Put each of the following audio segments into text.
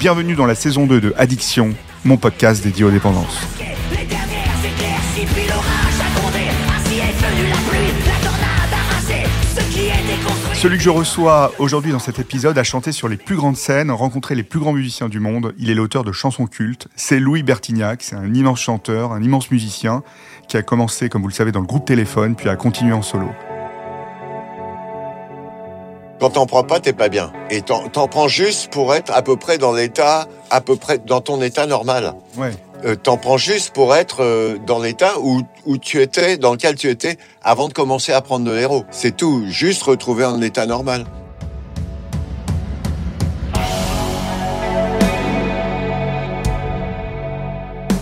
Bienvenue dans la saison 2 de Addiction, mon podcast dédié aux dépendances. Les dernières éclairs sifflent l'orage à gronder Ainsi est venue la pluie, la tornade a rasé Ce qui était construit Celui que je reçois aujourd'hui dans cet épisode a chanté sur les plus grandes scènes, rencontré les plus grands musiciens du monde. Il est l'auteur de chansons cultes. C'est Louis Bertignac, c'est un immense chanteur, un immense musicien qui a commencé, comme vous le savez, dans le groupe Téléphone, puis a continué en solo. Quand t'en prends pas, t'es pas bien. Et t'en t'en prends juste pour être à peu près dans l'état, à peu près dans ton état normal. Ouais, Euh, t'en prends juste pour être euh, dans l'état où, où tu étais, dans lequel tu étais avant de commencer à prendre de l'héros. C'est tout, juste retrouver un état normal.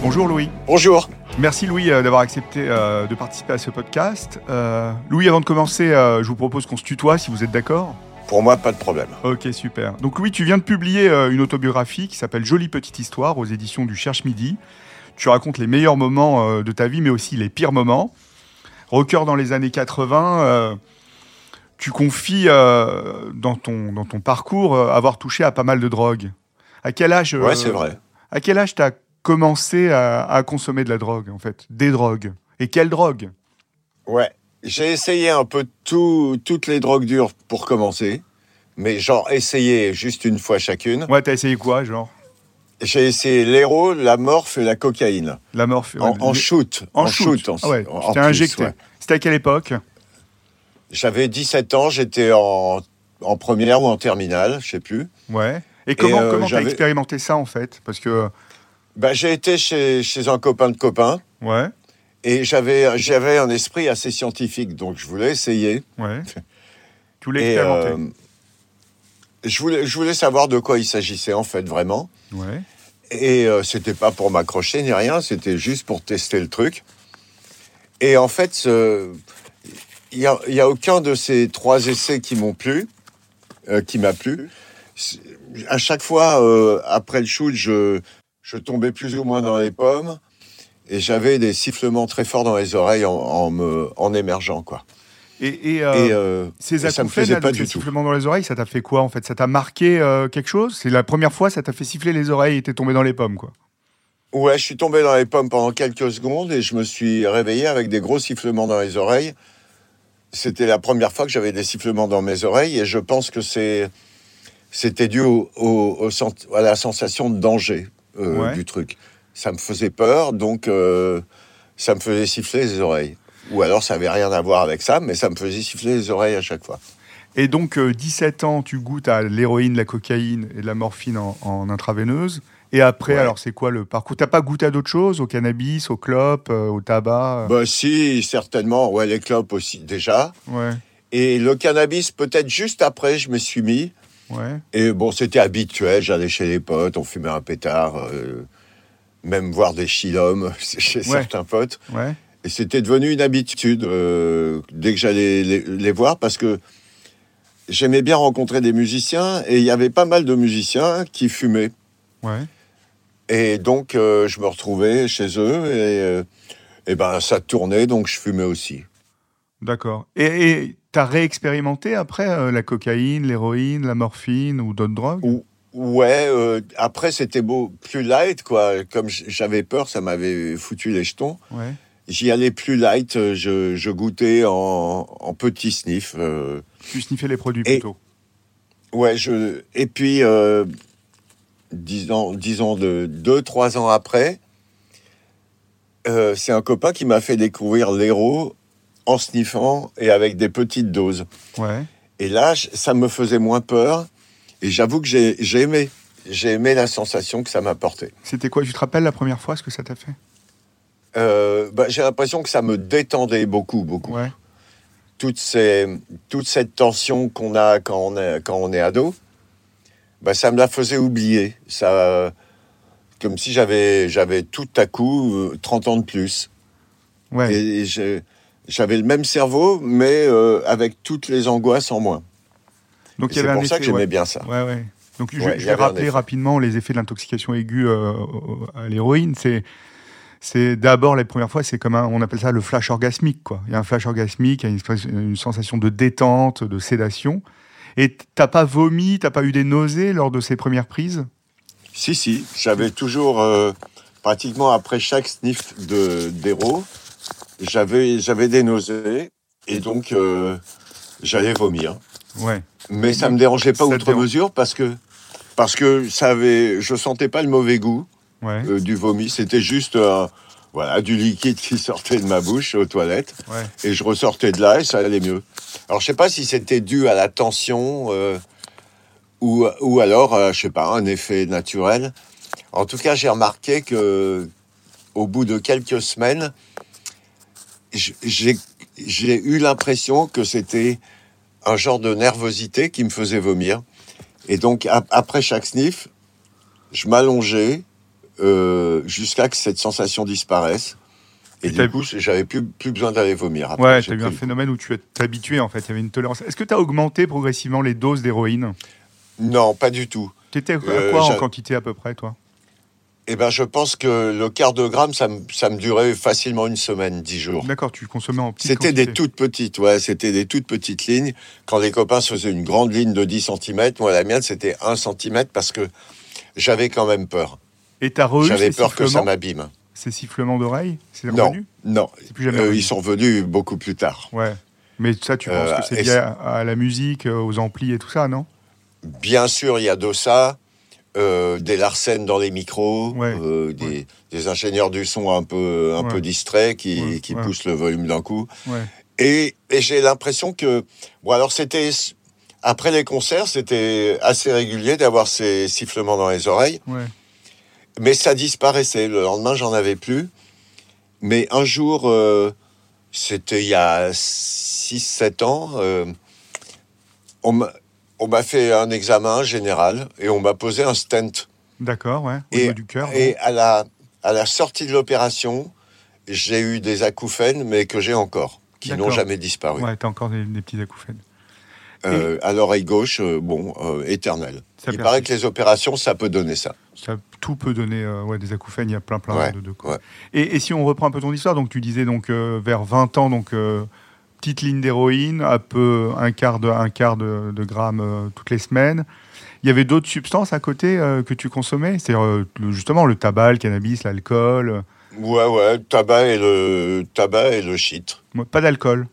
Bonjour Louis. Bonjour. Merci Louis euh, d'avoir accepté euh, de participer à ce podcast. Euh, Louis, avant de commencer, euh, je vous propose qu'on se tutoie si vous êtes d'accord. Pour moi, pas de problème. Ok, super. Donc Louis, tu viens de publier euh, une autobiographie qui s'appelle Jolie Petite Histoire aux éditions du Cherche Midi. Tu racontes les meilleurs moments euh, de ta vie, mais aussi les pires moments. Rocker dans les années 80, euh, tu confies euh, dans, ton, dans ton parcours euh, avoir touché à pas mal de drogues. À quel âge euh, Ouais, c'est vrai. À quel âge t'as commencé à, à consommer de la drogue, en fait Des drogues. Et quelles drogues Ouais. J'ai essayé un peu tout, toutes les drogues dures pour commencer. Mais genre, essayer juste une fois chacune. Ouais, t'as essayé quoi, genre J'ai essayé l'héros, la morphe et la cocaïne. La morphée En, ouais, en les- shoot. en shoot. en- ah ouais, en- tu t'es en plus, injecté. ouais. C'était à quelle époque J'avais 17 ans, j'étais en, en première ou en terminale, je sais plus. Ouais. Et comment euh, comment t'as j'avais- expérimenté ça en fait Parce que Bah, j'ai été chez, chez un copain de copain ouais, et j'avais, j'avais un esprit assez scientifique, donc je voulais essayer. ouais. Tu voulais Et, expérimenter. euh, je, voulais, je voulais savoir de quoi il s'agissait en fait vraiment. Ouais. Et euh, c'était pas pour m'accrocher ni rien, c'était juste pour tester le truc. Et en fait, ce- il n'y a, il y a aucun de ces trois essais qui m'ont plu, euh, qui m'a plu. C'est- À chaque fois, euh, après le shoot, je, je tombais plus ou moins dans les pommes et j'avais des sifflements très forts dans les oreilles en, en me, en émergeant. Quoi. Et, et, euh, et euh, ces et ça me acouphènes, plaisait là, pas donc, du les tout. sifflements dans les oreilles, ça t'a fait quoi en fait Ça t'a marqué euh, quelque chose C'est la première fois, ça t'a fait siffler les oreilles et t'es tombé dans les pommes quoi. Ouais, je suis tombé dans les pommes pendant quelques secondes et je me suis réveillé avec des gros sifflements dans les oreilles. C'était la première fois que j'avais des sifflements dans mes oreilles et je pense que c'est c'était dû au, au- au sent- à la sensation de danger euh, Ouais. du truc. Ça me faisait peur, donc euh, ça me faisait siffler les oreilles. Ou alors ça avait rien à voir avec ça, mais ça me faisait siffler les oreilles à chaque fois. Et donc, euh, 17 ans, tu goûtes à l'héroïne, la cocaïne et de la morphine en, en intraveineuse. Et après, Ouais. alors, c'est quoi le parcours T'as pas goûté à d'autres choses Au cannabis, aux clopes, euh, au tabac euh, Bah si, certainement, ouais, les clopes aussi déjà. Ouais, Et le cannabis, peut-être juste après, je me suis mis. ouais. Et bon, c'était habituel, j'allais chez les potes, on fumait un pétard, euh, même voir des chilums chez certains potes. Ouais, Et c'était devenu une habitude euh, dès que j'allais les, les voir parce que j'aimais bien rencontrer des musiciens et il y avait pas mal de musiciens qui fumaient. ouais. Et donc, euh, je me retrouvais chez eux et, euh, et ben, ça tournait, donc je fumais aussi. D'accord. Et et t'as réexpérimenté après euh, la cocaïne, l'héroïne, la morphine ou d'autres drogues Ouais, euh, après, c'était beau, plus light, quoi. Comme j- j'avais peur, ça m'avait foutu les jetons. Ouais. J'y allais plus light, euh, je, je goûtais en, en petits sniffs. euh. Tu sniffais les produits Et- plutôt. ouais, je, et puis, euh, disons, disons de, deux, trois ans après, euh, c'est un copain qui m'a fait découvrir l'héros en sniffant et avec des petites doses. Ouais. Et là, je- ça me faisait moins peur. Et j'avoue que j'ai j'ai aimé. J'ai aimé la sensation que ça m'apportait. C'était quoi Tu te rappelles la première fois ce que ça t'a fait Euh, bah, j'ai l'impression que ça me détendait beaucoup, beaucoup. Ouais. Toutes ces, toute cette tension qu'on a quand on est, quand on est ado, bah, ça me la faisait oublier. Ça, comme si j'avais, j'avais tout à coup euh, 30 ans de plus. Ouais. Et, et j'ai- j'avais le même cerveau, mais euh, avec toutes les angoisses en moins. Donc Et bah, C'est pour ça que j'aimais ouais. bien ça. Ouais, ouais. Donc je, Ouais, je il y vais avait un rappeler effet. rapidement les effets de l'intoxication aiguë euh, au- à l'héroïne. C'est c'est d'abord les premières fois, c'est comme un, on appelle ça le flash orgasmique. Quoi. Il y a un flash orgasmique, il y a une, espèce- une sensation de détente, de sédation. Et t'as pas vomi, t'as pas eu des nausées lors de ces premières prises Si, si, j'avais toujours, euh, pratiquement après chaque sniff de d'héros, j'avais j'avais des nausées et donc euh, j'allais vomir. Ouais. Mais ça me dérangeait pas Ça te outre dérange- mesure parce que parce que ça avait, je sentais pas le mauvais goût Ouais. euh, du vomi. C'était juste un- voilà du liquide qui sortait de ma bouche aux toilettes Ouais. et je ressortais de là et ça allait mieux. Alors je sais pas si c'était dû à la tension euh, ou, ou alors euh, je sais pas un effet naturel. En tout cas, j'ai remarqué que au bout de quelques semaines, j- j'ai j'ai eu l'impression que c'était un genre de nervosité qui me faisait vomir. Et donc ap- après chaque sniff, je m'allongeais euh, jusqu'à que cette sensation disparaisse. Et, Et t'as- du coup, j'avais plus, plus besoin d'aller vomir. après. Ouais, J'ai t'as eu pris un le- phénomène où tu t'es habitué en fait, il y avait une tolérance. Est-ce que t'as augmenté progressivement les doses d'héroïne Non, pas du tout. T'étais à quoi Euh, en j'a- quantité à peu près, toi Eh ben, je pense que le quart de gramme, ça me, ça me durait facilement une semaine, dix jours. D'accord, tu consommais en petite C'était quantité. des toutes petites, ouais, c'était des toutes petites lignes. Quand les copains se faisaient une grande ligne de 10 cm, moi, la mienne, c'était 1 cm parce que j'avais quand même peur. Et t'as reçu J'avais ces peur que ça sifflements m'abîme. Ces sifflements d'oreilles C'est Non, revenu non. C'est plus jamais Euh, revenu. ils sont revenus beaucoup plus tard. Ouais. Mais ça, tu Euh, penses que c'est et lié c'est- à, à la musique, euh, aux amplis et tout ça, non Bien sûr, il y a de ça, euh, des larcènes dans les micros, Ouais, euh, des, ouais. des ingénieurs du son un peu, un Ouais. peu distraits qui, Ouais, qui ouais. poussent le volume d'un coup. Ouais. Et, et j'ai l'impression que. Bon, alors, c'était. Après les concerts, c'était assez régulier d'avoir ces sifflements dans les oreilles, Ouais. mais ça disparaissait. Le lendemain, j'en avais plus. Mais un jour, euh, c'était il y a 6-7 ans, euh, on m'a- on m'a fait un examen général et on m'a posé un stent. D'accord, ouais. Au Et- niveau du cœur. Et à la, à la sortie de l'opération, j'ai eu des acouphènes, mais que j'ai encore, qui n'ont D'accord. jamais disparu. bon. Ouais, t'as encore des, des petits acouphènes. Euh, à l'oreille gauche, euh, bon, euh, éternel. Ça Il persiste. paraît que les opérations, ça peut donner ça. Ça, tout peut donner euh, ouais, des acouphènes, il y a plein, plein Ouais, de, de causes. ouais. Et, et si on reprend un peu ton histoire, donc tu disais donc euh, vers 20 ans, donc euh, petite ligne d'héroïne, un peu euh, un quart de, un quart de, de gramme euh, toutes les semaines. Il y avait d'autres substances à côté euh, que tu consommais C'est-à-dire euh, le- justement le tabac, le cannabis, l'alcool. euh, Ouais, ouais, le tabac et le tabac et le shit. moi, Pas d'alcool.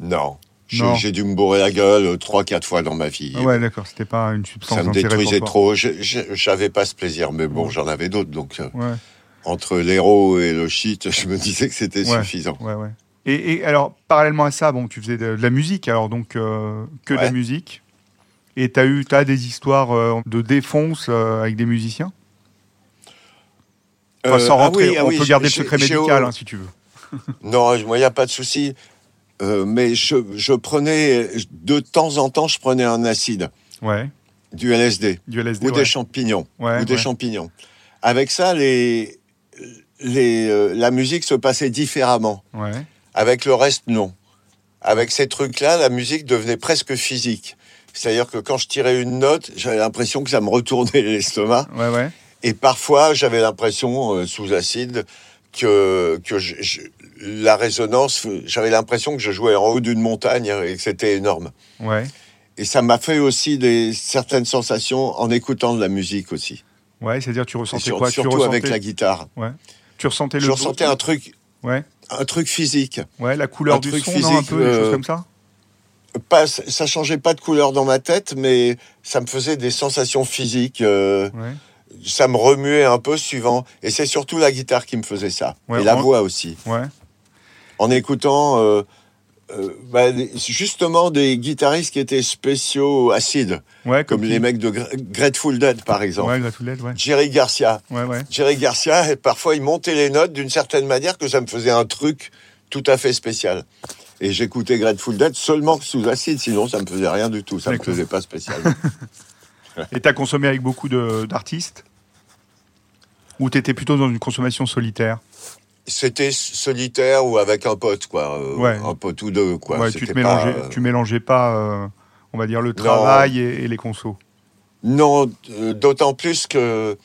Non. Je- Non. J'ai dû me bourrer la gueule euh, trois, quatre fois dans ma vie. Ah ouais, d'accord, c'était pas une substance ça me d'intérêt pour détruisait toi. trop. Je- je- J'avais pas ce plaisir, mais bon, j'en avais d'autres. Donc, euh, Ouais, entre l'héros et le shit, je me disais que c'était Ouais. suffisant. ouais, ouais. Et, et alors, parallèlement à ça, bon, tu faisais de, de la musique, alors donc euh, que de la Ouais. musique. Et t'as eu, t'as des histoires euh, de défonce euh, avec des musiciens. Enfin, Euh, sans ah rentrer, oui, ah on oui, peut j'ai- garder le j'ai- secret j'ai- médical hein, si tu veux. Non, il n'y a pas de souci. Euh, mais je, je prenais, de temps en temps, je prenais un acide, Ouais, du LSD, du LSD. ou ouais. des champignons. Ouais, ou des ouais. champignons. Avec ça, les, les, euh, la musique se passait différemment. Ouais, Avec le reste, non. Avec ces trucs-là, la musique devenait presque physique. C'est-à-dire que quand je tirais une note, j'avais l'impression que ça me retournait l'estomac. ouais, ouais. Et parfois, j'avais l'impression, euh, sous acide, que, que je- je- la résonance, j'avais l'impression que je jouais en haut d'une montagne et que c'était énorme. ouais. Et ça m'a fait aussi des, certaines sensations en écoutant de la musique aussi. Ouais, c'est-à-dire tu Et ressentais sur- quoi surtout tu ressentais, avec la guitare. tu ressentais le Je bruit ressentais un truc, ouais, un truc physique. ouais, la couleur un du truc son, non, un physique, peu, des choses euh, comme ça. Pas, ça changeait pas de couleur dans ma tête, mais ça me faisait des sensations physiques. euh, Ouais. ça me remuait un peu suivant. Et c'est surtout la guitare qui me faisait ça. Ouais, et la on- voix aussi. Ouais. En écoutant euh, euh, bah, des- justement des guitaristes qui étaient spéciaux acides, Ouais, comme copie. les mecs de Gre- Grateful Dead par exemple. Ouais, Grateful Dead, ouais. Jerry Garcia. Ouais, ouais. Jerry Garcia, et parfois il montait les notes d'une certaine manière que ça me faisait un truc tout à fait spécial. Et j'écoutais Grateful Dead seulement sous acide, sinon ça me faisait rien du tout, ça me D'accord. faisait pas spécialement. Et t'as consommé avec beaucoup de- d'artistes Ou t'étais plutôt dans une consommation solitaire C'était solitaire ou avec un pote, quoi. euh, Ouais. Un pote ou deux, quoi. Ouais, tu te C'était mélangeais, pas, euh, tu mélangeais pas, euh, on va dire, le travail et, et les consos. Non, euh, d'autant plus que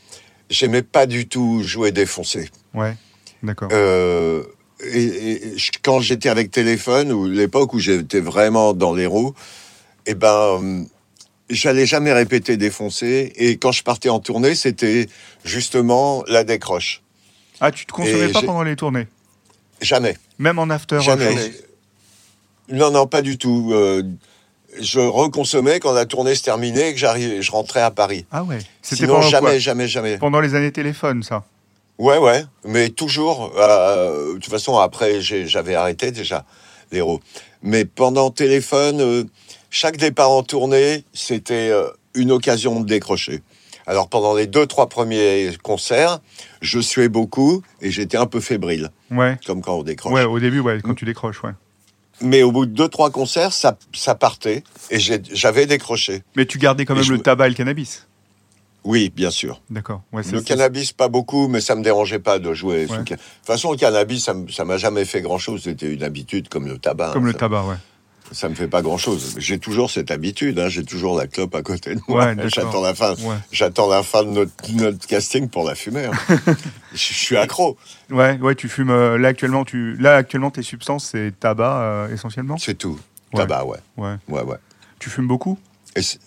j'aimais pas du tout jouer défoncé. Ouais, d'accord. Euh, et, et je- quand j'étais avec téléphone, ou l'époque où j'étais vraiment dans les roues, eh ben, euh, j'allais jamais répéter défoncé. Et quand je partais en tournée, c'était justement la décroche. ah, tu te consommais et pas j'ai- pendant les tournées Jamais. Même en after Jamais. show Non, non, pas du tout. Euh, je reconsommais quand la tournée se terminait et que j'arrivais, je rentrais à Paris. Ah ouais. C'était Sinon, pendant jamais, quoi jamais, jamais. Pendant les années téléphone, ça. Ouais, ouais, mais toujours. euh, de toute façon, après, j'ai- j'avais arrêté déjà l'héros. Mais pendant téléphone, euh, chaque départ en tournée, c'était euh, une occasion de décrocher. Alors pendant les deux, trois premiers concerts, je suais beaucoup et j'étais un peu fébrile, Ouais. comme quand on décroche. Ouais, au début, ouais, Mm. quand tu décroches, ouais. Mais au bout de deux, trois concerts, ça, ça partait et j'ai- j'avais décroché. Mais tu gardais quand Et même je le me- tabac et le cannabis. Oui, bien sûr. D'accord. Ouais, c'est- Le c'est- cannabis, pas beaucoup, mais ça me dérangeait pas de jouer. sous Ouais. ca- De toute façon, le cannabis, ça m- ça m'a jamais fait grand-chose. C'était une habitude comme le tabac. Comme hein, le ça, tabac, ouais. ça me fait pas grand-chose. J'ai toujours cette habitude. hein, J'ai toujours la clope à côté de moi. Ouais, d'accord. J'attends la fin. Ouais. J'attends la fin de notre, notre casting pour la fumer. hein. Je je suis accro. Ouais, ouais, tu fumes. euh, là, actuellement, tu, là, actuellement, tes substances, c'est tabac euh, essentiellement. C'est tout. Ouais. Tabac, ouais. Ouais. Ouais, ouais. Tu fumes beaucoup Et c'est-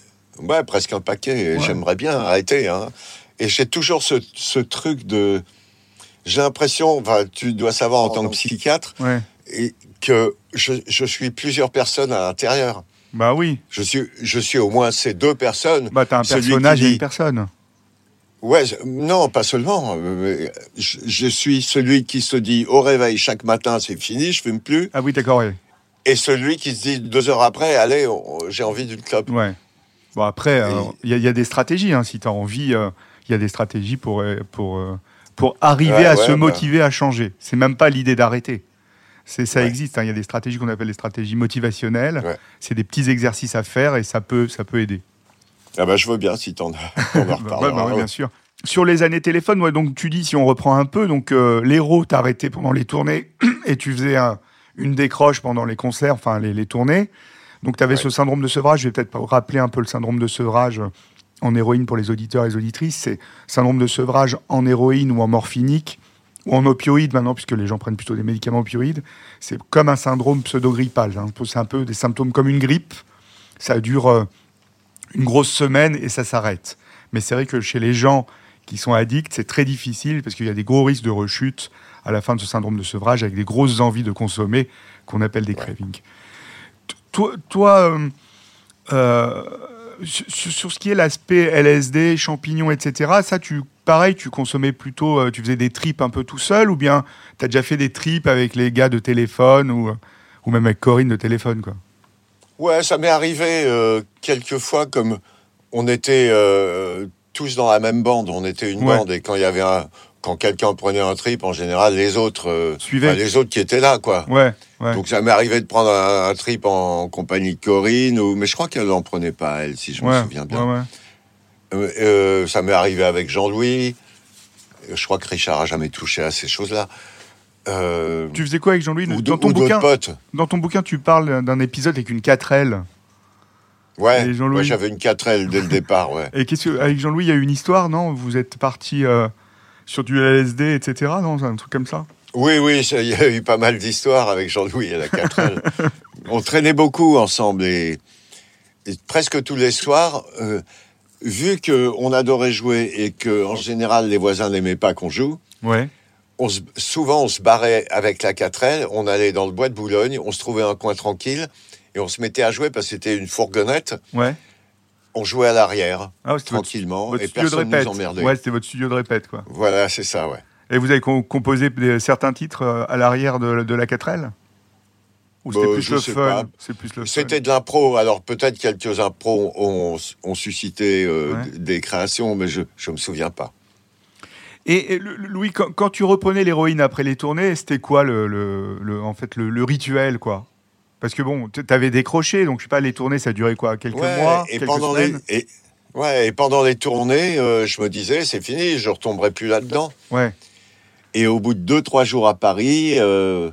ouais, presque un paquet. et Ouais. J'aimerais bien arrêter. hein. Et j'ai toujours ce, ce truc de. J'ai l'impression, enfin, tu dois savoir en tant que psychiatre, Ouais. et que je, je suis plusieurs personnes à l'intérieur. Bah oui. Je suis, je suis au moins ces deux personnes. Bah, t'as un Celui qui personnage et dit- une personne. Ouais, je- non, pas seulement. euh, Je, je suis celui qui se dit au réveil chaque matin, c'est fini, je fume plus, Ah oui, d'accord, ouais. et celui qui se dit deux heures après, allez, on- j'ai envie d'une clope. Ouais. Bon, après, euh, Et- il y, a- il y a des stratégies. Hein, si t'as envie, euh, il y a des stratégies pour, euh, pour, euh, pour arriver Ouais, à ouais, se bah. motiver à changer. C'est même pas l'idée d'arrêter. C'est, ça Ouais. existe. hein, Il y a des stratégies qu'on appelle des stratégies motivationnelles. Ouais. C'est des petits exercices à faire et ça peut, ça peut aider. Ah bah, je veux bien si t'en on en Bah, ouais, bah reparlera. ouais, bien sûr. Sur les années téléphone, ouais, donc tu dis, si on reprend un peu, donc euh, l'héros t'as arrêté pendant les tournées et tu faisais un- une décroche pendant les concerts, enfin les, les tournées. Donc tu avais ce syndrome de sevrage. Je vais peut-être rappeler un peu le syndrome de sevrage euh, en héroïne pour les auditeurs et les auditrices. C'est syndrome de sevrage en héroïne ou en morphinique ou en opioïde maintenant, puisque les gens prennent plutôt des médicaments opioïdes. C'est comme un syndrome pseudo-grippal. hein. C'est un peu des symptômes comme une grippe. Ça dure euh, une grosse semaine et ça s'arrête. Mais c'est vrai que chez les gens qui sont addicts, c'est très difficile parce qu'il y a des gros risques de rechute à la fin de ce syndrome de sevrage avec des grosses envies de consommer qu'on appelle des cravings. T- Toi, toi euh, euh, sur, sur ce qui est l'aspect LSD, champignons, etc., ça, tu, pareil, tu consommais plutôt, euh, tu faisais des tripes un peu tout seul ou bien tu as déjà fait des tripes avec les gars de téléphone ou, euh, ou même avec Corinne de téléphone, quoi. Ouais, ça m'est arrivé euh, quelques fois, comme on était euh, tous dans la même bande, on était une Ouais. bande, et quand il y avait un, quand quelqu'un prenait un trip, en général, les autres, euh, Suivaient. enfin, les autres qui étaient là, quoi. Ouais, ouais. Donc ça m'est arrivé de prendre un, un trip en, compagnie de Corinne, ou mais je crois qu'elle n'en prenait pas elle, si je ouais, me souviens bien. ouais, ouais. Euh, euh, ça m'est arrivé avec Jean-Louis. Euh, Je crois que Richard a jamais touché à ces choses-là. Euh, Tu faisais quoi avec Jean-Louis ou de- dans ton ou d'autres bouquin potes. Dans ton bouquin, tu parles d'un épisode avec une 4L. Ouais, Et Jean-Louis. ouais, j'avais une 4L dès le départ, ouais. Et qu'est-ce que, avec Jean-Louis, il y a eu une histoire, non Vous êtes parti euh, sur du LSD, etc. Non, un truc comme ça. Oui, oui, ça- il y a eu pas mal d'histoires avec Jean-Louis à la 4L. On traînait beaucoup ensemble et, et presque tous les soirs, euh, vu qu'on adorait jouer et que en général les voisins n'aimaient pas qu'on joue, Ouais. on se- souvent on se barrait avec la 4L, on allait dans le bois de Boulogne, on se trouvait un coin tranquille et on se mettait à jouer parce que c'était une fourgonnette. Ouais. on jouait à l'arrière, Ah, ouais, c'était votre, tranquillement, votre et studio de personne nous répète. emmerdait. Ouais, c'était votre studio de répète, quoi. Voilà, c'est ça, ouais. Et vous avez com- composé des- certains titres euh, à l'arrière de, de la 4L Ou c'était Bah, plus je le sais fun pas. C'est plus le fun. C'était de l'impro, alors peut-être quelques impros ont, ont suscité euh, Ouais. d- des créations, mais je ne me souviens pas. Et, et, le- le- Louis, quand, quand tu reprenais l'héroïne après les tournées, c'était quoi le, le- le- en fait, le, le rituel, quoi parce que bon, t- t'avais décroché, donc je sais pas, les tournées, ça durait quoi Quelques Ouais, mois et quelques pendant les, semaines et, ouais, et pendant les tournées, euh, je me disais, c'est fini, je retomberai plus là-dedans. Ouais. Et au bout de deux, trois jours à Paris, euh,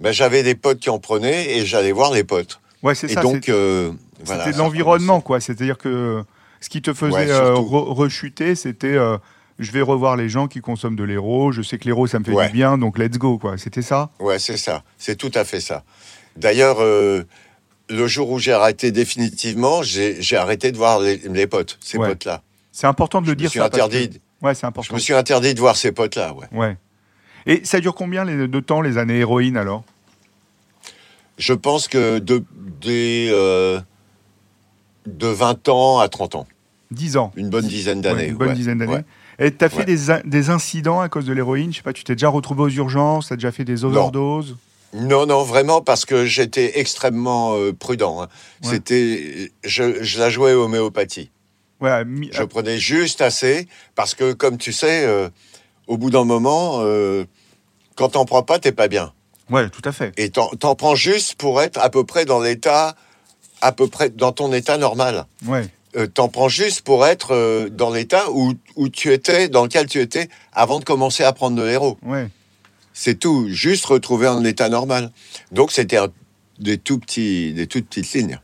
ben, j'avais des potes qui en prenaient et j'allais voir les potes. ouais c'est Et ça. donc, c'est- euh, voilà, c'était de ça l'environnement, quoi. C'est-à-dire que ce qui te faisait Ouais, euh, surtout. re- rechuter, c'était euh, je vais revoir les gens qui consomment de l'héros, je sais que l'héros, ça me fait Ouais. du bien, donc let's go, quoi. C'était ça Ouais, c'est ça. C'est tout à fait ça. D'ailleurs, euh, le jour où j'ai arrêté définitivement, j'ai j'ai arrêté de voir les, les potes, ces Ouais. potes-là. C'est important de Je le me dire suis ça. parce interdit. que- Ouais, c'est Je important. me suis interdit de voir ces potes-là, ouais. Ouais. Et ça dure combien les, de temps les années héroïnes alors Je pense que de, des, euh, de 20 ans à 30 ans, 10 ans. une bonne dizaine Ouais, d'années. une bonne ouais. dizaine d'années. Ouais. Et t'as fait Ouais. des, in- des incidents à cause de l'héroïne Je sais pas, tu t'es déjà retrouvé aux urgences, t'as déjà fait des overdoses Non, non, vraiment, parce que j'étais extrêmement euh, prudent. hein. Ouais. C'était, je, je la jouais homéopathie. Ouais, mi- Je prenais juste assez, parce que, comme tu sais, euh, au bout d'un moment, euh, quand t'en prends pas, t'es pas bien. ouais, tout à fait. Et t'en t'en prends juste pour être à peu près dans l'état, à peu près dans ton état normal. Ouais, Euh, t'en prends juste pour être euh, dans l'état où, où tu étais, dans lequel tu étais, avant de commencer à prendre de l'héros. ouais. C'est tout, juste retrouver un état normal. Donc c'était un- des tout petits, des toutes petites lignes.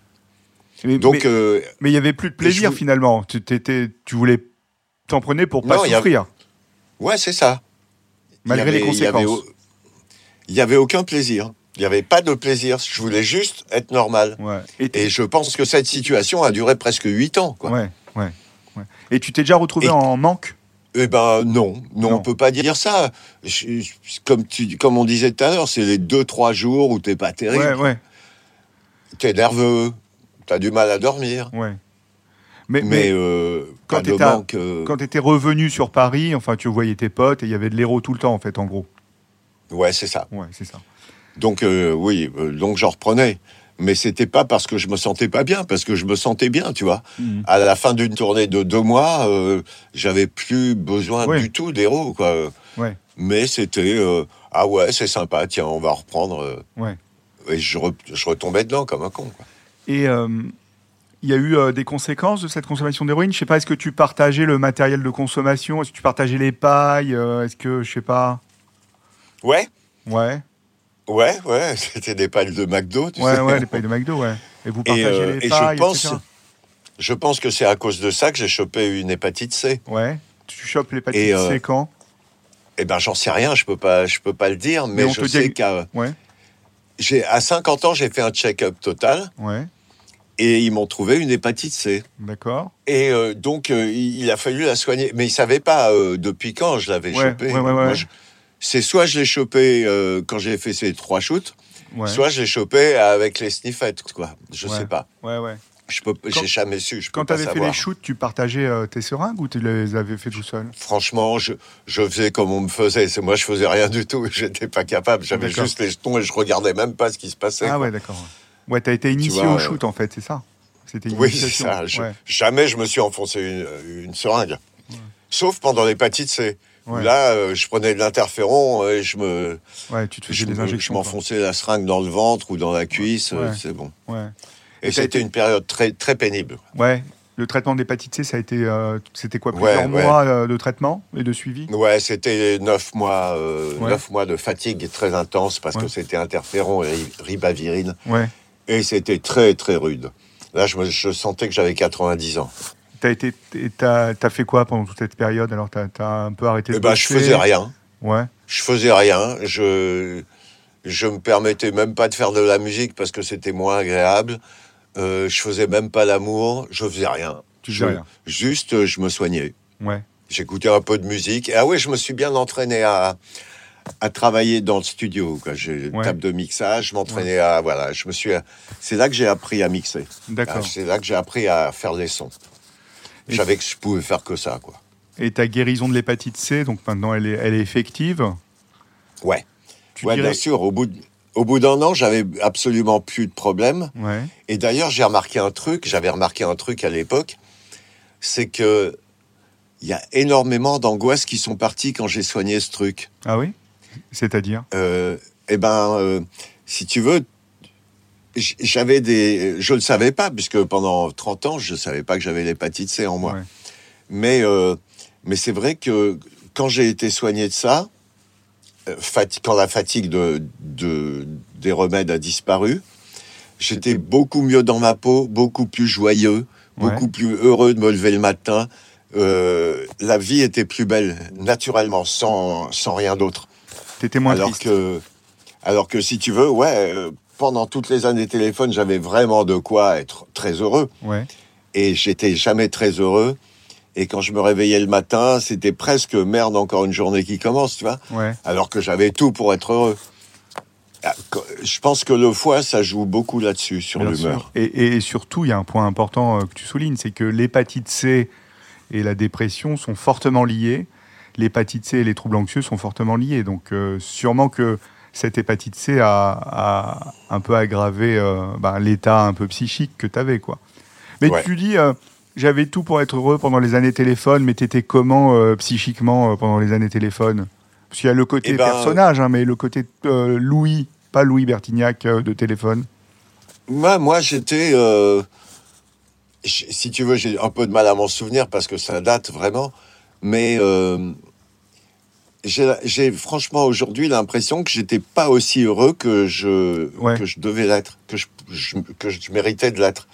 Mais, Donc mais- euh, mais il y avait plus de plaisir je- finalement. Tu t'étais- tu voulais t'en prenais pour pas Non, il y a- souffrir ouais, c'est ça. malgré Il y les avait- il y avait conséquences. au- Il y avait aucun plaisir. Il n'y avait pas de plaisir. Je voulais juste être normal. Ouais. Et, Et je pense que cette situation a duré presque huit ans. Quoi. ouais, ouais, ouais. Et tu t'es déjà retrouvé Et- en manque Eh ben non, non, Non. on peut pas dire ça. Je- je- comme, tu, comme on disait tout à l'heure, c'est les deux, trois jours où t'es pas terrible. Ouais, ouais, T'es nerveux, t'as du mal à dormir. ouais. Mais, Mais, mais, euh, quand pas de t'es à- manque, euh, quand tu étais revenu sur Paris, enfin, tu voyais tes potes et il y avait de l'héros tout le temps, en fait, en gros. Ouais, c'est ça. Ouais, c'est ça. Donc euh, oui, euh, donc j'en reprenais. Mais c'était pas parce que je me sentais pas bien, parce que je me sentais bien, tu vois. Mhm. À la fin d'une tournée de deux mois, euh, j'avais plus besoin Oui. du tout d'héros, quoi. Ouais, Mais c'était euh, ah ouais, c'est sympa, tiens, on va reprendre. euh. ouais. et je, re- je retombais dedans comme un con. quoi. Et euh, il y a eu euh, des conséquences de cette consommation d'héroïne Je sais pas, est-ce que tu partageais le matériel de consommation Est-ce que tu partageais les pailles Euh, Est-ce que, je sais pas. Ouais, Ouais, ouais, ouais. C'était des pales de McDo, tu ouais, sais. ouais, les pailles de McDo, ouais. Et vous Et, partagez euh, les et pailles, je pense, etc. je pense que c'est à cause de ça que j'ai chopé une hépatite C. Ouais. Tu chopes l'hépatite Et, euh, C quand Eh ben, j'en sais rien, je peux pas, je peux pas le dire, Mais mais, on je te sais diag- qu'à Ouais, j'ai à 50 ans, j'ai fait un check-up total ouais, et ils m'ont trouvé une hépatite C. d'accord. Et euh, donc, euh, il il a fallu la soigner. Mais ils savaient pas euh, depuis quand je l'avais Ouais, chopée. ouais, ouais, ouais. Moi, je- C'est soit je l'ai chopé euh, quand j'ai fait ces trois shoots, Ouais, soit je l'ai chopé avec les sniffettes, quoi. Je Ouais. sais pas. ouais, ouais. Je peux, j'ai jamais su. Je Quand tu peux pas avais fait savoir. les shoots, tu partageais euh, tes seringues ou tu les avais fait tout seul Franchement, je, je faisais comme on me faisait. C'est moi, je faisais rien du tout. J'étais pas capable. J'avais D'accord. juste les jetons et je regardais même pas ce qui se passait. Ah quoi. ouais, d'accord. ouais. Ouais, t'as été initié vois, au euh, shoot en fait, c'est ça C'était une Oui, c'est initiation. ça. Je- Ouais, Jamais je me suis enfoncé une, euh, une seringue. Sauf pendant l'hépatite C. où Ouais. Là, euh, je prenais de l'interféron et je me, ouais, tu te faisais je, des me- je injections. quoi. m'enfonçais la seringue dans le ventre ou dans la cuisse. euh, Ouais. C'est bon. Ouais. Et, Et t'as c'était été- une période très, très pénible. ouais. Le traitement d'hépatite C, ça a été, euh, c'était quoi Ouais, plusieurs ouais. mois euh, de traitement et de suivi Ouais, c'était neuf mois, euh, Ouais. neuf mois de fatigue très intense parce Ouais. que c'était interféron et ri- ribavirine. Ouais. Et c'était très, très rude. Là, je, me- je sentais que j'avais 90 ans. T'as été, et t'as, t'as fait quoi pendant toute cette période Alors t'as, t'as un peu arrêté de Eh ben, je bosser faisais rien. Ouais, Je faisais rien. Je, je me permettais même pas de faire de la musique parce que c'était moins agréable. Euh, je faisais même pas l'amour. Je faisais rien. tu Je- faisais rien. Juste, euh, je me soignais. Ouais. J'écoutais un peu de musique. Et ah ouais, je me suis bien entraîné à, à travailler dans le studio. quoi. J'ai une Ouais. table de mixage. Je m'entraînais à, voilà, je me suis, c'est là que j'ai appris à mixer. D'accord. Ah, C'est là que j'ai appris à faire les sons. Je savais que je pouvais faire que ça, quoi. Et ta guérison de l'hépatite C, donc maintenant elle est, elle est effective. Ouais. Tu Ouais, dirais- bien sûr. Au bout de- au bout d'un an, j'avais absolument plus de problème. Ouais. Et d'ailleurs, j'ai remarqué un truc, j'avais remarqué un truc à l'époque, c'est que il y a énormément d'angoisses qui sont parties quand j'ai soigné ce truc. Ah oui C'est-à-dire Euh, eh ben, euh, si tu veux, j- j'avais des, je le savais pas puisque pendant 30 ans, je savais pas que j'avais l'hépatite C en moi. Ouais. Mais euh, mais c'est vrai que quand j'ai été soigné de ça, euh, fati- quand la fatigue de, de- des remèdes a disparu, j'étais beaucoup mieux dans ma peau, beaucoup plus joyeux, Ouais. beaucoup plus heureux de me lever le matin. Euh, la vie était plus belle, naturellement, sans, sans rien d'autre. T'étais moins alors triste. que, alors que si tu veux, ouais, euh, pendant toutes les années téléphone, j'avais vraiment de quoi être très heureux Ouais. et j'étais jamais très heureux. Et quand je me réveillais le matin, c'était presque merde, encore une journée qui commence, tu vois. Ouais. Alors que j'avais tout pour être heureux. Ah, co- Je pense que le foie, ça joue beaucoup là-dessus, sur Bien l'humeur. sûr. Et, et surtout, il y a un point important euh, que tu soulignes, c'est que l'hépatite C et la dépression sont fortement liées. L'hépatite C et les troubles anxieux sont fortement liés. Donc, euh, sûrement que cette hépatite C a, a un peu aggravé euh, ben, l'état un peu psychique que tu avais. Quoi. Mais Ouais. tu dis, euh, j'avais tout pour être heureux pendant les années téléphone, mais t'étais comment euh, psychiquement euh, pendant les années téléphone Parce qu'il y a le côté Eh ben, personnage, hein, mais le côté euh, Louis, pas Louis Bertignac euh, de téléphone. Moi, moi j'étais. euh, j- si tu veux, j'ai un peu de mal à m'en souvenir parce que ça date vraiment. Mais euh, j'ai j'ai franchement aujourd'hui l'impression que j'étais pas aussi heureux que je, Ouais. que je devais l'être, que je, je- que je méritais de l'être.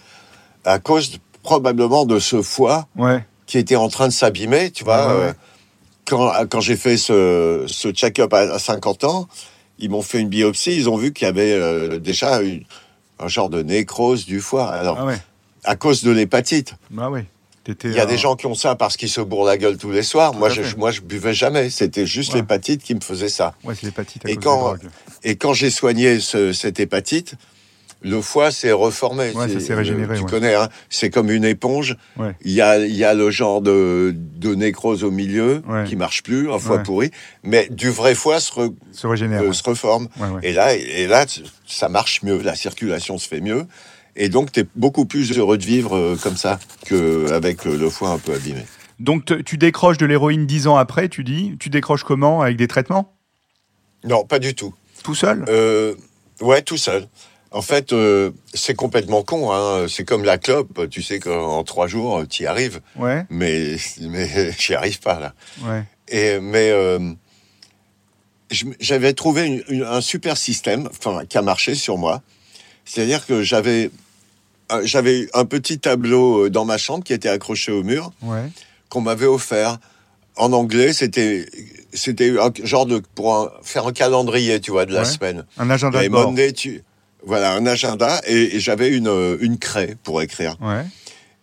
À cause de- probablement de ce foie Ouais. qui était en train de s'abîmer, tu vois. Ouais, ouais. euh, quand quand j'ai fait ce, ce check-up à à 50 ans, ils m'ont fait une biopsie, ils ont vu qu'il y avait euh, déjà une- un genre de nécrose du foie. Alors, Ah ouais. à cause de l'hépatite. Bah oui. T'étais, Il y a euh, des gens qui ont ça parce qu'ils se bourrent la gueule tous les soirs. Moi à je, fait. moi, je buvais jamais. C'était juste Ouais. l'hépatite qui me faisait ça. Ouais, c'est l'hépatite à Et cause quand- des drogues. Et quand j'ai soigné ce- cette hépatite, le foie s'est Ouais, reformé. ça C'est- euh, s'est régénéré, Tu ouais. connais, hein, c'est comme une éponge. Ouais. Il y a, il y a le genre de, de nécrose au milieu Ouais. qui marche plus, un foie Ouais. pourri. Mais du vrai foie se, re- Se régénère. euh, ouais. se reforme. Ouais, ouais. Et là, et là, tu- ça marche mieux. La circulation se fait mieux. Et donc, tu es beaucoup plus heureux de vivre euh, comme ça qu'avec le foie un peu abîmé. Donc te- tu décroches de l'héroïne dix ans après, tu dis. Tu décroches comment Avec des traitements Non, pas du tout. Tout seul Euh, ouais, tout seul. En fait, euh, c'est complètement con. Hein. C'est comme la clope. Tu sais qu'en trois jours, tu y arrives. Ouais. Mais, mais j'y arrive pas, là. Ouais. Et, mais euh, je- j'avais trouvé une- une- un super système enfin, qui a marché sur moi. C'est-à-dire que j'avais un- j'avais un petit tableau euh, dans ma chambre qui était accroché au mur Ouais. qu'on m'avait offert. En anglais, c'était c'était un genre de pour un- faire un calendrier, tu vois, de la Ouais. semaine. Un agenda Et de bord. Monday, tu voilà un agenda et, et j'avais une euh, une craie pour écrire. Ouais.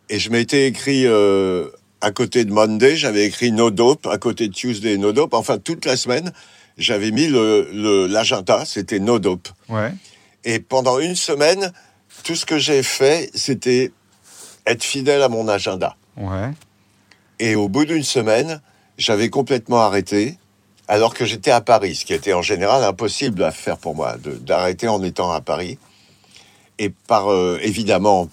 Et je m'étais écrit euh, à côté de Monday, j'avais écrit No Dope, à côté de Tuesday, No Dope. Enfin, toute la semaine, j'avais mis l'agenda, le, l'agenda, c'était No Dope. Ouais. Et pendant une semaine, tout ce que j'ai fait, c'était être fidèle à mon agenda. Ouais. Et au bout d'une semaine, j'avais complètement arrêté, alors que j'étais à Paris, ce qui était en général impossible à faire pour moi, de- d'arrêter en étant à Paris. Et par euh, évidemment,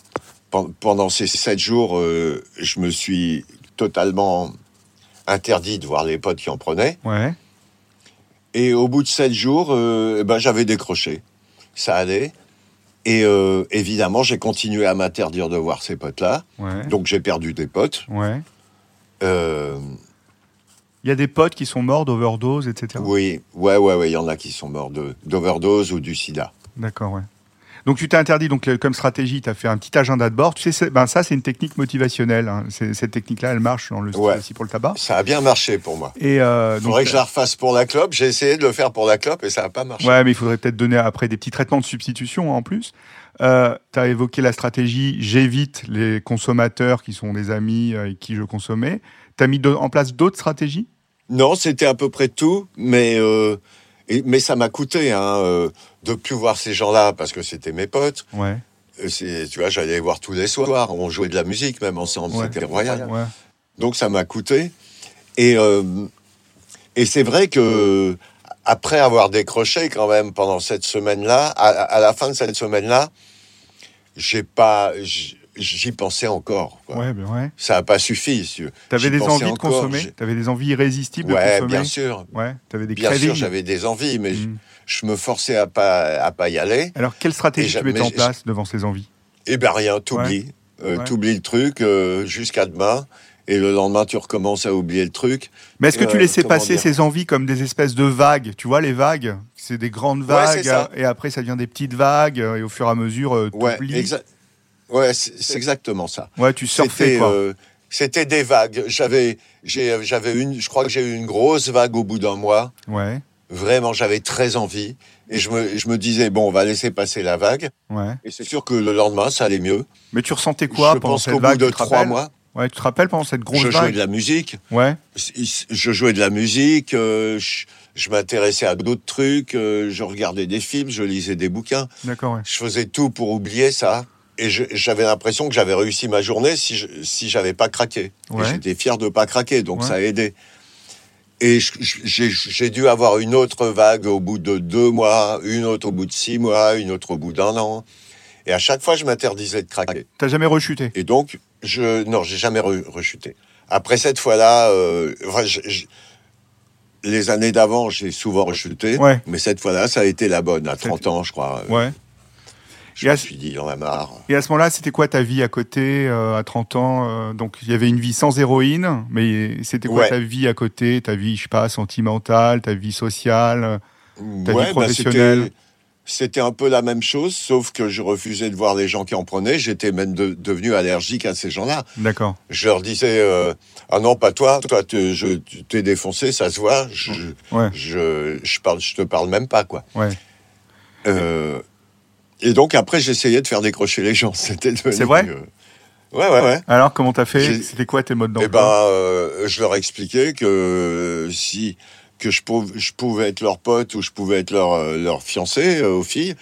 pen- pendant ces sept jours, euh, je me suis totalement interdit de voir les potes qui en prenaient. Ouais. Et au bout de sept jours, euh, eh ben, j'avais décroché. Ça allait. Et euh, évidemment, j'ai continué à m'interdire de voir ces potes-là. Ouais. Donc j'ai perdu des potes. Ouais. Euh, Il y a des potes qui sont morts d'overdose, etc. Oui, ouais, ouais, ouais, il y en a qui sont morts de- d'overdose ou du sida. D'accord, ouais. Donc tu t'es interdit, donc le- comme stratégie, tu as fait un petit agenda de bord. Tu sais, c'est- ben, ça, c'est une technique motivationnelle. hein. C'est- Cette technique-là, elle marche dans le style Ouais. aussi pour le tabac. Ça a bien marché pour moi. Et euh, Il faudrait donc, que je la refasse pour la clope. J'ai essayé de le faire pour la clope et ça n'a pas marché. Ouais, mais il faudrait peut-être donner après des petits traitements de substitution hein, en plus. Euh, tu as évoqué la stratégie j'évite les consommateurs qui sont des amis euh, avec qui je consommais. Tu as mis d'au- en place d'autres stratégies Non, c'était à peu près tout, mais, euh, et- mais ça m'a coûté hein, euh, de plus voir ces gens-là parce que c'était mes potes. Ouais. Et c'est- Tu vois, j'allais les voir tous les soirs. On jouait de la musique même ensemble. Ouais. C'était royal. Ouais. Donc ça m'a coûté. Et, euh, et c'est vrai que après avoir décroché quand même pendant cette semaine-là, à, à la fin de cette semaine-là, j'ai pas, j'- j'y pensais encore. quoi. Ouais, ben ouais. Ça n'a pas suffi. si tu veux. T'avais J'y des pensais envies de encore, consommer j'ai- T'avais des envies irrésistibles Ouais, de consommer bien sûr, Ouais, t'avais des bien sûr, cravings. j'avais des envies, mais je- Mm. je me forçais à pas à pas y aller. Alors, quelle stratégie Et tu jamais- mettais en j'ai- place devant ces envies Eh ben rien, t'oublies. Euh, Ouais. T'oublies le truc euh, jusqu'à demain. Et le lendemain, tu recommences à oublier le truc. Mais est-ce que tu Euh, laissais comment passer dire ces envies comme des espèces de vagues Tu vois, les vagues, c'est des grandes vagues, c'est ça. et après ça devient des petites vagues, et au fur et à mesure, euh, Ouais, t'oublies. exa- ouais c'est c'est exactement ça. Ouais, tu surfais, C'était, quoi. euh, C'était des vagues. J'avais, j'ai- j'avais une, je crois que j'ai eu une grosse vague au bout d'un mois. Ouais, Vraiment, j'avais très envie. Et je me, je me disais, bon, on va laisser passer la vague. ouais. Et c'est sûr que le lendemain, ça allait mieux. Mais tu ressentais quoi je pendant pense cette qu'au bout vague de tu te trois rappelles mois, Ouais, tu te rappelles pendant cette grosse je jouais vague de la musique. Ouais, Je jouais de la musique. euh, je, je m'intéressais à d'autres trucs. euh, je regardais des films. Je lisais des bouquins. d'accord, ouais. Je faisais tout pour oublier ça. Et je- j'avais l'impression que j'avais réussi ma journée si je si j'avais pas craqué. Et Ouais. J'étais fier de pas craquer, donc Ouais. ça a aidé. Et je- je- j'ai j'ai dû avoir une autre vague au bout de deux mois, une autre au bout de six mois, une autre au bout d'un an. Et à chaque fois, je m'interdisais de craquer. T'as jamais rechuté Et donc, je non, j'ai jamais re- rechuté. Après cette fois-là, euh, enfin, je- je- les années d'avant, j'ai souvent rechuté. Ouais. Mais cette fois-là, ça a été la bonne. À 30 ans, je crois. euh, Ouais. je Et à me ce- suis dit, il en a marre. Et à ce moment-là, c'était quoi ta vie à côté euh, à 30 ans euh, Donc il y avait une vie sans héroïne, mais c'était quoi Ouais. ta vie à côté Ta vie, je sais pas, sentimentale, ta vie sociale euh, Ta vie Ouais, bah, professionnelle. c'était- C'était un peu la même chose, sauf que je refusais de voir les gens qui en prenaient. J'étais même de- devenu allergique à ces gens-là. D'accord. Je leur disais euh, Ah non, pas toi, toi, tu je- tu t'es défoncé, ça se voit. Je, Ouais. je, je, parle, je te parle même pas, quoi. Ouais. Euh, et donc après, j'essayais de faire décrocher les gens. C'était devenu, C'est vrai euh, Ouais, ouais, ouais. Alors, comment t'as fait J'ai- C'était quoi tes modes Eh d'emploi ben, euh, je leur expliquais que euh, si que je, pouv- je pouvais être leur pote ou je pouvais être leur, euh, leur fiancé euh, aux filles,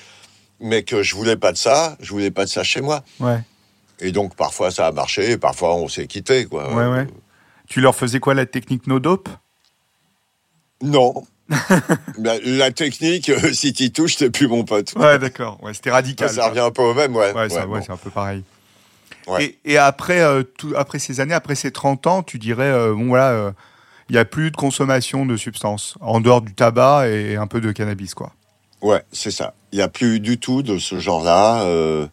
mais que je voulais pas de ça, je voulais pas de ça chez moi. Ouais, Et donc parfois ça a marché, et parfois on s'est quitté quoi. Euh, ouais, ouais. Tu leur faisais quoi la technique no dope Non. la, la technique, euh, si tu touches, t'es plus mon pote. Ouais, d'accord. Ouais, c'était radical. ça revient un peu au même, ouais. Ouais, ça- Ouais, ouais, bon. c'est un peu pareil. Ouais. Et, et après, euh, tout- après ces années, après ces 30 ans, tu dirais, euh, bon voilà, euh, il y n'y a plus de consommation de substances, en dehors du tabac et un peu de cannabis, quoi. Ouais, c'est ça. Il n'y a plus du tout de ce genre-là. euh,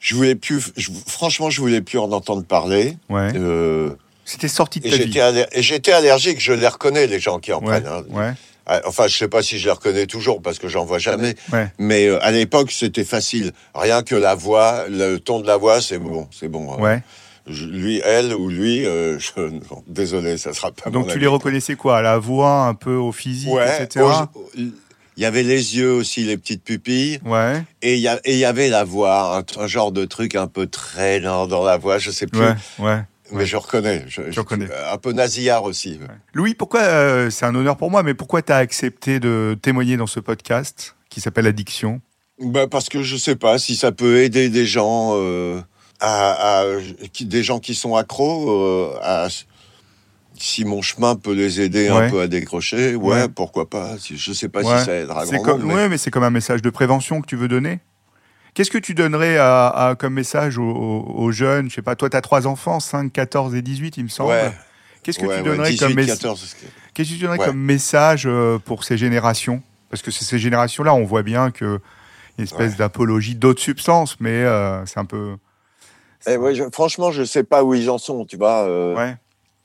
Je voulais plus, je- franchement, je voulais plus en entendre parler. Ouais. Euh, C'était sorti de Et ta j'étais vie. aller- et j'étais allergique, je les reconnais, les gens qui en Ouais, prennent. hein. ouais, Ah, Enfin, je sais pas si je les reconnais toujours parce que j'en vois jamais. ouais. Mais euh, à l'époque, c'était facile. Rien que la voix, le ton de la voix, c'est bon, c'est bon. hein. ouais. Je- lui, elle ou lui, euh, je- non, désolé, ça sera pas Donc mon tu ami. les reconnaissais quoi À la voix, un peu au physique, Ouais. etc. aux- Il y avait les yeux aussi, les petites pupilles, Ouais, et il y, a- et il y avait la voix, un, un genre de truc un peu très lent dans la voix, je sais plus, ouais, ouais. mais ouais. je reconnais. Je, je- reconnais. Un peu nasillard aussi. Louis, pourquoi euh, c'est un honneur pour moi, mais pourquoi t'as accepté de témoigner dans ce podcast qui s'appelle Addiction Bah parce que je sais pas si ça peut aider des gens euh, à, à- qui- des gens qui sont accros euh, à si mon chemin peut les aider Ouais. un peu à décrocher, ouais, Ouais. pourquoi pas. Si- Je sais pas Ouais. si ça aidera C'est grand comme, monde, mais ouais, mais c'est comme un message de prévention que tu veux donner. Qu'est-ce que tu donnerais à, à- comme message aux, aux- aux jeunes Je sais pas, toi, tu as trois enfants, 5, 14 et 18, il me semble. Ouais. Qu'est-ce que tu ouais, ouais, donnerais, 18, comme, mes- 14, qu'est-ce que tu donnerais ouais. comme message euh, pour ces générations Parce que c'est ces générations-là, on voit bien qu'il y a une espèce d'apologie d'autres substances, mais euh, c'est un peu. Eh ouais, je- franchement, je sais pas où ils en sont, tu vois. euh, Ouais.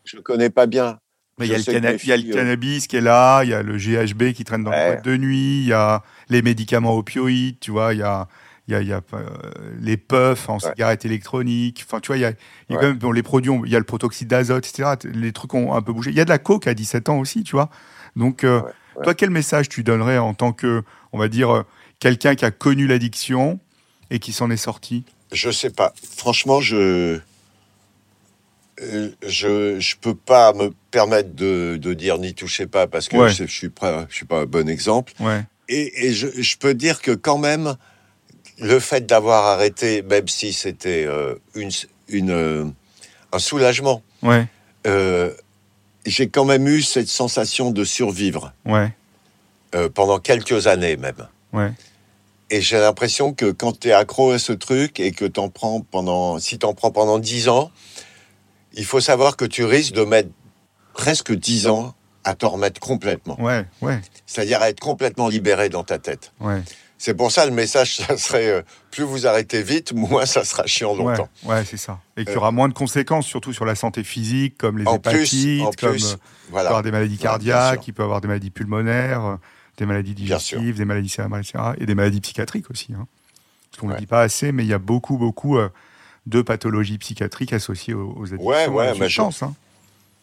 Je connais pas bien. Mais Il y, a je le sais que canna- les il y a le filles, euh, cannabis qui est là, il y a le GHB qui traîne dans les Ouais. boîtes de nuit, il y a les médicaments opioïdes, tu vois, il y a, il y a- il y a, euh, les puffs en cigarette électronique, enfin tu vois, il y a, il y a quand Ouais. même bon, les produits, ont- il y a le protoxyde d'azote, etc. t- Les trucs ont un peu bougé. Il y a de la coke à 17 ans aussi, tu vois. Donc, euh, Ouais, ouais. toi, quel message tu donnerais en tant que, on va dire, euh, quelqu'un qui a connu l'addiction et qui s'en est sorti Je sais pas. Franchement, je. euh, Je je peux pas me permettre de, de dire n'y touchez pas parce que Ouais. je, je suis pas je suis pas un bon exemple Ouais, et, et je, je peux dire que quand même le fait d'avoir arrêté, même si c'était euh, une, une, euh, un soulagement, Ouais, euh, j'ai quand même eu cette sensation de survivre ouais, euh, pendant quelques années même. ouais. Et j'ai l'impression que quand tu es accro à ce truc et que t'en prends pendant, si t'en prends pendant 10 ans, il faut savoir que tu risques de mettre presque 10 ans à t'en remettre complètement. Ouais, ouais, C'est-à-dire à être complètement libéré dans ta tête. ouais. C'est pour ça le message, ça serait euh, plus vous arrêtez vite, moins ça sera chiant Ouais, longtemps. ouais, c'est ça. Et qu'il y Euh, aura moins de conséquences, surtout sur la santé physique, comme les En hépatites, plus, en comme plus, euh, il peut voilà. avoir des maladies Ouais, bien cardiaques, sûr. il peut avoir des maladies pulmonaires, euh, des maladies Bien sûr. digestives, des maladies cérébrales, etc. Et des maladies psychiatriques aussi. Hein. Parce qu'on ne Ouais. le dit pas assez, mais il y a beaucoup, beaucoup euh, de pathologies psychiatriques associées aux, aux addictions. Ouais, ouais, à la mais je- substance, hein.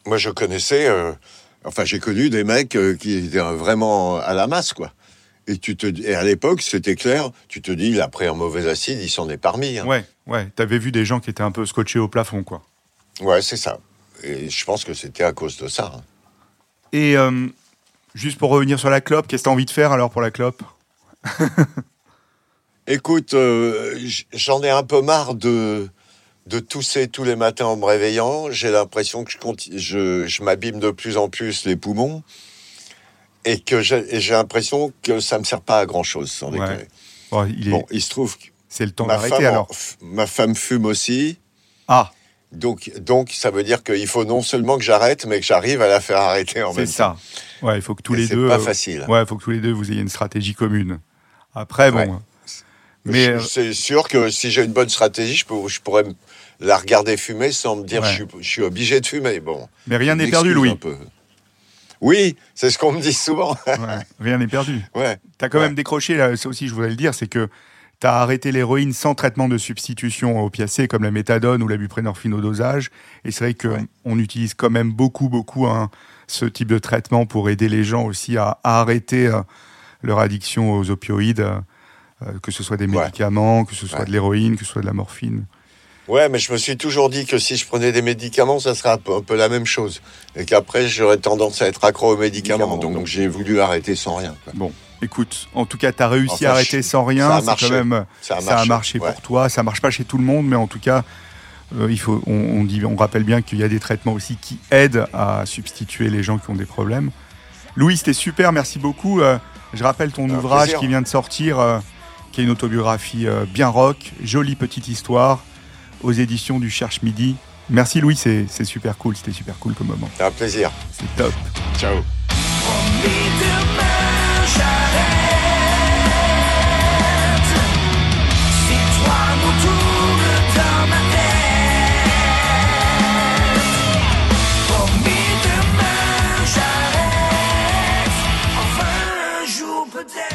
Moi, je connaissais, euh, enfin, j'ai connu des mecs euh, qui étaient vraiment à la masse, quoi. Et, tu te, et à l'époque, c'était clair, tu te dis, il a pris un mauvais acide, il s'en est parmi. hein. Ouais, ouais. T'avais vu des gens qui étaient un peu scotchés au plafond, quoi. Ouais, c'est ça. Et je pense que c'était à cause de ça. hein. Et euh, juste pour revenir sur la clope, qu'est-ce que t'as envie de faire alors pour la clope Écoute, euh, j- j'en ai un peu marre de, de tousser tous les matins en me réveillant. J'ai l'impression que je, conti- je, je m'abîme de plus en plus les poumons. Et que j'ai et j'ai l'impression que ça me sert pas à grand-chose, sans Ouais. déconner. Bon, il est- Bon, il se trouve que c'est le temps ma d'arrêter femme, en- alors. f- ma femme fume aussi. Ah, Donc, donc, ça veut dire qu'il faut non seulement que j'arrête, mais que j'arrive à la faire arrêter en c'est même temps. ça. Ouais, il faut que tous Et les c'est deux. pas euh, facile. Ouais, il faut que tous les deux vous ayez une stratégie commune. Après, bon. Ouais. Mais Je- euh, c'est sûr que si j'ai une bonne stratégie, je, peux- je pourrais me- la regarder fumer sans me dire Ouais. je, suis, je suis obligé de fumer. Bon, mais rien n'est M'excuse perdu, Louis. un peu. Oui, c'est ce qu'on me dit souvent. Ouais, rien n'est perdu. ouais. T'as quand hein. Ouais. même décroché, là, ça aussi, je voulais le dire, c'est que t'as arrêté l'héroïne sans traitement de substitution opiacée comme la méthadone ou la buprenorphine au dosage. Et c'est vrai Ouais. qu'on on utilise quand même beaucoup, beaucoup hein, ce type de traitement pour aider les gens aussi à, à arrêter euh, leur addiction aux opioïdes, euh, euh, que ce soit des Ouais. médicaments, que ce soit Ouais. de l'héroïne, que ce soit de la morphine. ouais, mais je me suis toujours dit que si je prenais des médicaments, ça serait un peu, un peu la même chose. Et qu'après, j'aurais tendance à être accro aux médicaments. Médicaments, donc, donc. donc j'ai voulu arrêter sans rien. quoi. Bon, écoute, en tout cas, t'as réussi Enfin, à arrêter je- sans ça rien. a C'est marché. quand même. Ça a ça a marché ouais. pour toi, ça marche pas chez tout le monde, mais en tout cas, euh, il faut, on, on dit, on rappelle bien qu'il y a des traitements aussi qui aident à substituer les gens qui ont des problèmes. Louis, c'était super, merci beaucoup. Euh, je rappelle ton Un ouvrage plaisir. qui vient de sortir, euh, qui est une autobiographie euh, bien rock, jolie petite histoire, aux éditions du Cherche Midi. Merci Louis, c'est c'est super cool, c'était super cool comme moment. C'est un plaisir. C'est top. Ciao. Promis demain j'arrête Si toi nous tourne dans ma tête Promis demain j'arrête Enfin un jour peut-être